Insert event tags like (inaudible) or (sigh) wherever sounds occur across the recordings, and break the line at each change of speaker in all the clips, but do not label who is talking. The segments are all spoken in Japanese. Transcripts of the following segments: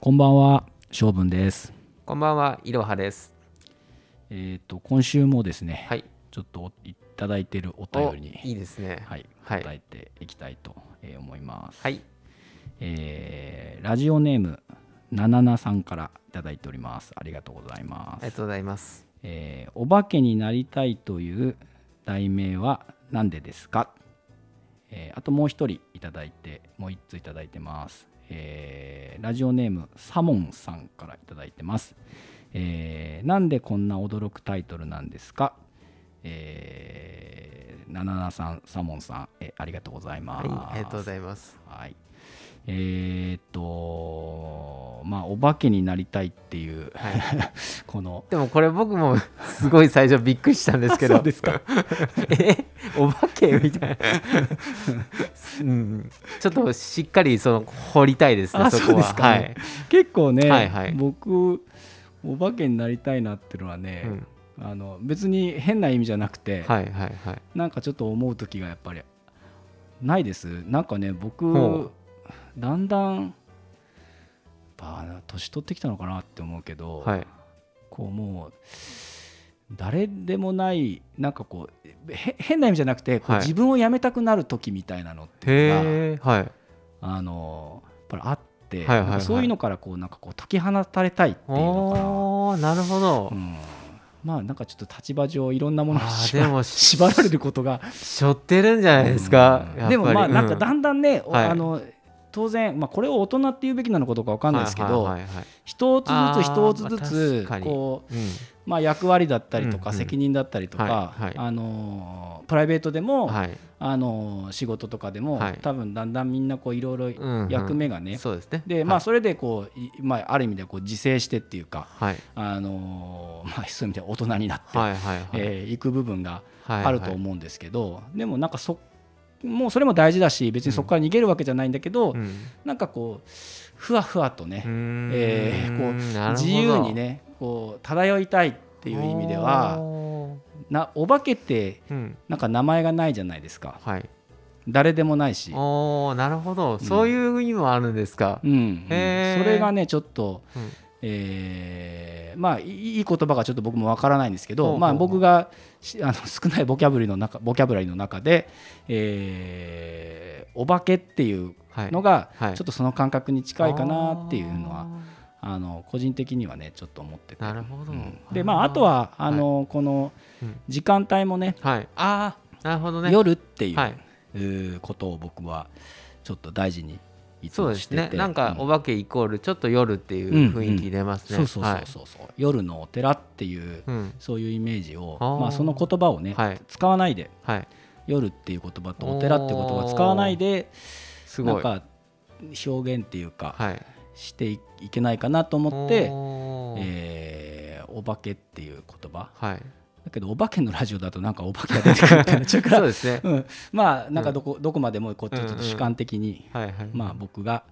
こんばんは、しょうぶんです。
こんばんは、いろはです。
えっ、と、今週もですね、
はい。
ちょっとおいただいているお
お
便り
い
に、
いですね。
はい、
はい
答えていきたいとえー思います。
はい。
えーラジオネーム、なななさんからいただいております。ありがとうございま
ありが
す。
とうございます。
えーお化けになりたいという題名は何でですか、えーあともう一人いただいてもう一通いただいてます、えーラジオネームサモンさんからいただいてます、えーなんでこんな驚くタイトルなんですかえー、ナナナさんサモンさん、えーありがとうございます、
はい、ありがとうございます。
はい。えーっと、まあ、お化けになりたいっていう、
は
(laughs) この、
でもこれ僕も (laughs) すごい最初びっくりしたんですけど。
そうですか。
(laughs) えお化けみたいな、うん。ちょっとしっかりその掘りたいですね、
あ
そこは。
そうですかね結構ね、
はいはい
僕、お化けになりたいなっていうのは
は
ね
い、、うん。
あの別に変な意味じゃなくて、
はいはいはい。
なんかちょっと思う時がやっぱりないです。なんかね、僕
ほ、
だんだん、まあ、年取ってきたのかなって思うけど、
はい。
こうもう誰でもないなんかこうへ変な意味じゃなくてこう
はい
自分をやめたくなる時みたいなのっていうのが、
へえ。はい。
あのやっぱりあって、
はいはいはい
なんかそういうのからこうなんかこう解き放たれたいっていうの
おー、なるほど
かな、う。ん、まあなんかちょっと立場上いろんなものに
あー
縛
で
(laughs)
も
縛られることが
しょってるんじゃないですか。
うん
やっぱり
でもまあなんか
う
だんだんね、お
はい
あの当然、まあ、これを大人って言うべきなのかどうかわかんないですけど、
はいはいはいはい
一つずつ一つず
あーまあ確か
つ
に
こう
うん
まあ、役割だったりと
う
か
んうん
責任だったりとか、
はいはい
あのープライベートでも、
はい
あのー仕事とかでも、
はい
多分だんだんみんなこういろいろ
うんうん
役目がね、
そうですね。
でまあ、それでこう、いまあ、ある意味でこう自制してっていうか、
はい、
あのーまあ、そういう意味では大人になって、
はい、はい、はい、はい、
えーいく部分が
はい、
あると思うんですけど、でもなんかそもうそれも大事だし別にそこから逃げるわけじゃないんだけど、
うん。
なんかこうふわふわとね、
うん
えーこう
なるほど
自由にねこう漂いたいっていう意味では。
おー
なお化けって
うん、
なんか名前がないじゃないですか
はい。
誰でもないし、うん
おお、なるほど、そういう意味もあるんですか。
うん
へー
それがねちょっと、
うん
えーまあいいいい言葉がちょっと僕もわからないんですけど
ほうほう
まあ、僕がしあの (laughs) 少ないボキャブラリーの中ボキャブラリーの中で、えーお化けっていう
はい。
のが
はい
ちょっとその感覚に近いかなっていうのは、あの個人的にはねちょっと思ってて
あー。なるほど。
うんでまあ、あと、はあの、この
うん
時間帯もね
はい、ああ、なるほどね。
夜っていう、
はい、
いうことを僕はちょっと大事にいつ
そう
も
で
し
す
てて
ね。なんか、
う
お化けイコール、ちょっと夜っていう雰囲気出ますね。
そうそう
はい
そうそう、夜のお寺っていう、
うん、
そういうイメージを
あー
まあ、その言葉をね、
はい
使わないで
はい、
夜っていう言葉とお寺っていう言葉を使わないですな
ご
ん
い。
か表現っていうか、
はい。
していいけないかなと思って
お
お,、
ー
えーお化けっていう言葉
はい。
だけどお化けのラジオだとなんかお化けが出てくるってなっちゃうか
(laughs) そう
ら
ですね。
うん、まあなんかどこ,、どこまでもこうちょっと主観的に
はいはい。
まあ、僕が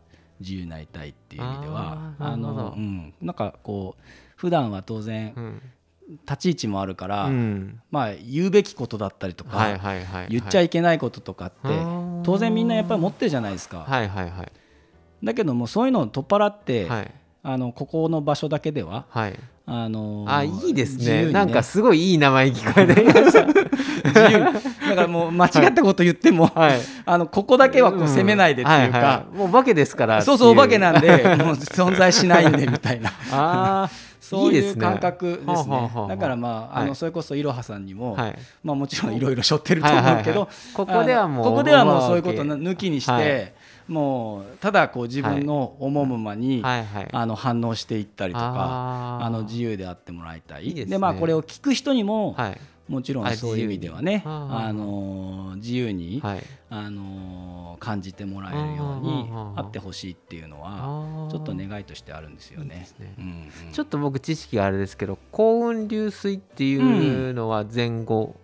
自由になりたいっていう意味では
あー
あ
なるほど
の、うん、なんかこう普段は当然
うん。
立ち位置もあるから、
うん
まあ、言うべきことだったりとか、
はいはいはい。
言っちゃ
い
いけないこととかって、
はい
当然みんなやっぱり持ってるじゃないですか、
はいはいはい。
だけどもうそういうのを取っ払って、
はい
あのここの場所だけでは
はい。
あの
あ、いいです
自由
ね。
に
なんかすごいいい名前聞こえてきま
(laughs)
した。
自由にだからもう間違ったこと言っても、
はい。
あのここだけはこう攻めないでっていうか、
んははもうお化けですから。。
そうそうお化けなんんでもう存在しないんでみたいな。
(laughs) あ
そう
いい
い
で
う
すね
感覚ですね。
ほうほうほうほう
だからまあ、あ
は
の
い
それこそいろはさんに
あ。
も、
はい。
まあもちろんいろいろ背負って (laughs) ると思うけど、
はいはいはいここではもう
あのここではもうそういうこと
思うわ
抜きにして、
はい
もうただこう自分の思うままに、
はいはい。
あの反応していったりとか、あ
あー
の自由であってもらいたい。
いいですね
まあこれを聞く人にも、
はい。
もちろん
あ
そういう意味ではね、
自由にあ
あ
ー
の自由に、
はい。
あの感じてもらえるように
うんうんうんうん
あってほしいっていうのは。
あー
ちょっと。願いとしてあるんですよね。
ね
うんうん
ちょっと僕知識があれですけど、幸運流水っていうのは前後。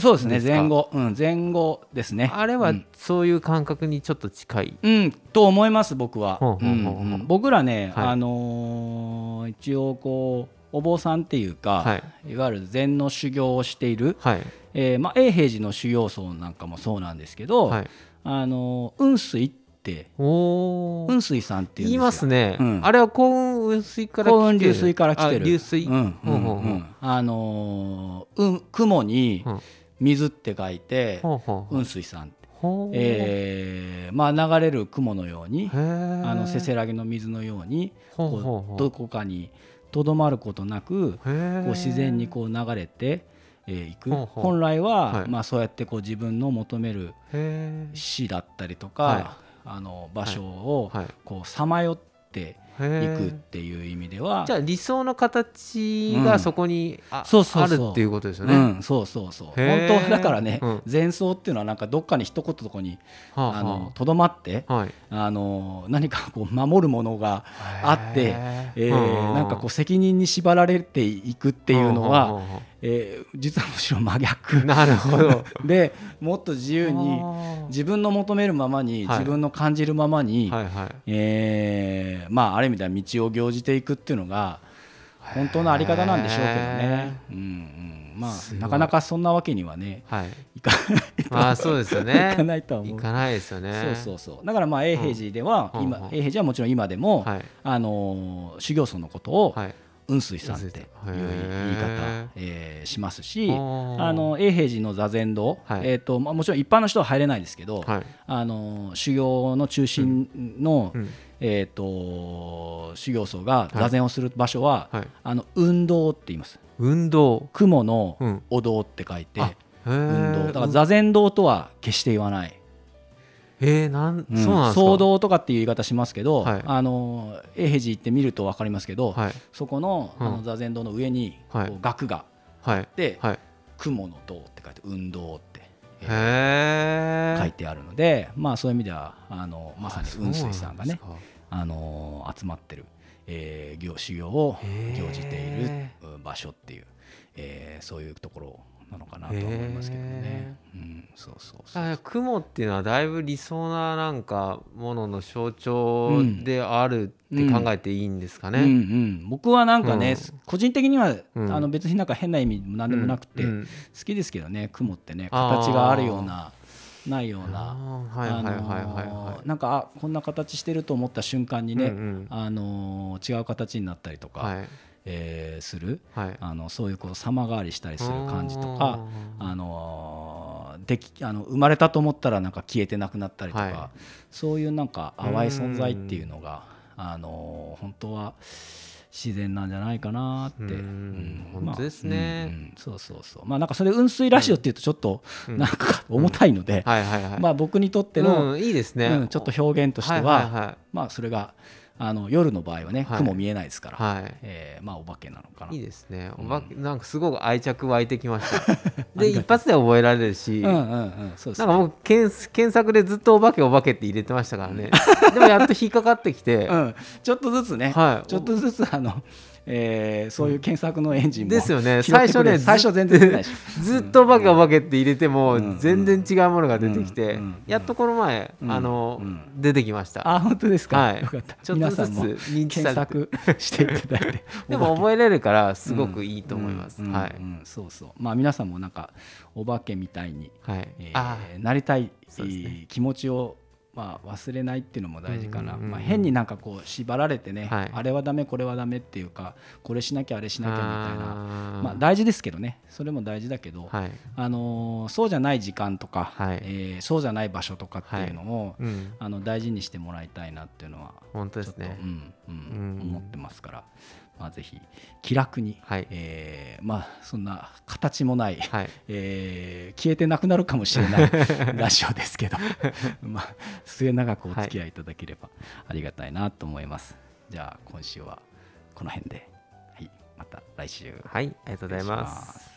そうですね
ですか
前後、うん、前後ですね。
あれ
う
は
ん
そういう感覚にちょっと近い。
うんと思います僕は。
ほうほうほうほう
うんうん僕らね、
はい
あのー一応こうお坊さんっていうか、、
はい
わゆる禅の修行をしている、
はい。
えーまあ、永平寺の修行僧なんかもそうなんですけど、
はい。
あのー雲水って
おお、
雲水さんっていうんですよ
言いますね、
うん
あれは幸運雲水から来てる
幸運流水から来てる
あ流水、
うんうん
ほうほう
う
ほうん
あのーうん雲に
うん
水って書いて
ほうほう
雲水さんって、
ほう
えーまあ、流れる雲のように
へー
あのせせらぎの水のように
ほうほうほ
こ
う
うどこかにとどまることなく
へー
こう自然にこう流れてえーいく
ほうほう
本来は
はい
まあそうやってこう自分の求める
へー
死だったりと
はい
かあの場所を
はい
こうさまよって
へ
い
ー
くっていう意味では
じゃあ理想の形
う
が
ん
そこにあ,、
そうそう
ある
そう
っていうことですよね。
う
は
ん、そうそうそう本
へー
当はだからね、
うん
前奏っていうのはなんかどっかに一言とこに
あはあ
あのとどまって
はい、
あの何かこう守るものが、あって
へ
えーなんかこう責任に縛られていくっていうのは、えー実はむしろ真逆
なるほど
(laughs) でもっと自由に
あー
自分の求めるままに、
はい
自分の感じるままに、
はいはい
えーまあある意味では道を行じていくっていうのが本当のあり方なんでしょうけどね、うんうん、まあ
すごい
なかなかそんなわけにはね
はい
いかない
まあそうですよね
(laughs) いかないとは思。
いうかないですよね
そうそうそうだからまあ永平寺では、
うん
今
うんうん
永平寺はもちろん今でも、
はい
あのー修行僧のことを、
はい
雲水さんっていう
雲
言い
水さんへ
方
ー、
えーしますし
あー
あの永平寺の座禅堂、
はい
えーとまあ、もちろん一般の人は入れないですけど、
はい
あのー修行の中心の、
うん
えー、と修行僧が座禅をする場所は、
はい
あの運動って言います
運動
雲の
うん
お堂って書いて、
あへ
運動
ー
だから座禅堂とは決して言わない。
えーなん
うん
そうなんですか
騒動とかっていう言い方しますけど、
はい
あの永平寺行ってみると分かりますけど、
はい
そこの,、
うん
あの座禅堂の上に、
はい
こう額が
はい
で
はい
「雲の堂」って書いて「運動」って、えー
へえ
書いてあるので、まあ、そういう意味ではあのまさに雲水さんがね
そうなんで
あの集まってる、えー行修行を
へー
行じているうん場所っていう、えーそういうところなのかなとは思いますけどね。うん、そうそう
す
そ
か
う
あ雲っていうのはだいぶ理想ななんかものの象徴であるって考えていいんですかね。
うんうん、僕はなんかね、
う
個人的には、
うん
あの別になんか変な意味も何でもなくて、
うんう
好
ん
きですけどね雲ってね
あー
形があるようなないような。
あーはいはいはいはい
あ
は
のー
い。
なんかあこんな形してると思った瞬間にね、
うんうん
あのー違う形になったりとか、
はい
えーする
はい。
あのそういうこう様変わりしたりする感じとかあのーできあの生まれたと思ったらなんか消えてなくなったりとか、
は
そういうなんか淡い存在っていうのがあのー本当は自然なんじゃないかなって、
うん
まあ
本当ですね
うんうんそうそうそうまあなんかそれ雲水ラジオっていうとちょっと
うん
なんか重たいので、
ーはいはいはい。
ま
あ
あ僕にとっての、
いいですね。
うんちょっと表現としては、
はいは
まあそれがあの夜の場合はね
はい
雲見えないですから、
いはい。はい
えーまあお化けなのかない
いですね。おばなんかすごく愛着湧いてきま
(laughs)
した。で一発で覚えられるし。
うん
なん
うんうんそうです
か僕検検索でずっとお化けお化けって入れてましたから
(laughs)
ね。でもやっと引っかかってきて、
うん、ちょっとずつね、
はい
ちょっとずつあの、えーそういう検索のエンジンも
ですよね
拾って
最初ね
くれる (laughs)
ず
最初全然出ないでしょ
ずっとお化けお化けって入れて
うん
も全然違うものが出てきて、
うんうん
やっとこの前、
うん
あの、
うん
出てきました。
あ本当ですか、
はい
よかった
ちょっ
皆
と
さ
ず
ん
つ
も
認知さ
検
れて
索していただいて
でも覚えれるからすごくいい (laughs) と思います。
うんうん
はい、
うんそうそうまあ皆さんもなんかお化けみたいに、
はい。
えー
あ
なりたい、
そうですね
気持ちをまあ、忘れないっていうのも大事かな、
うんうんうん
まあ、変になんかこう縛られてね、
はい
あれはダメこれはダメっていうかこれしなきゃあれしなきゃみたいな
あー
まあ、大事ですけどねそれも大事だけど、
はい。
あのーそうじゃない時間とか、
はい
えーそうじゃない場所とかっていうのを、
うん。
あの大事にしてもらいたいなっていうのは
本当で
ちょっ
す
と、
ね
う。んうん
うん
思ってますから、まあ、ぜひ気楽に、
はい
えーまあ、そんな形もない、
はい。
えー消えてなくなるかもしれない
(laughs)
ラジオですけど、 (laughs) まあ、末永くお付き合いいただければありがたいなと思います。じゃあ今週はこの辺で、はい、また来週
はい。ありがとうございます。
す。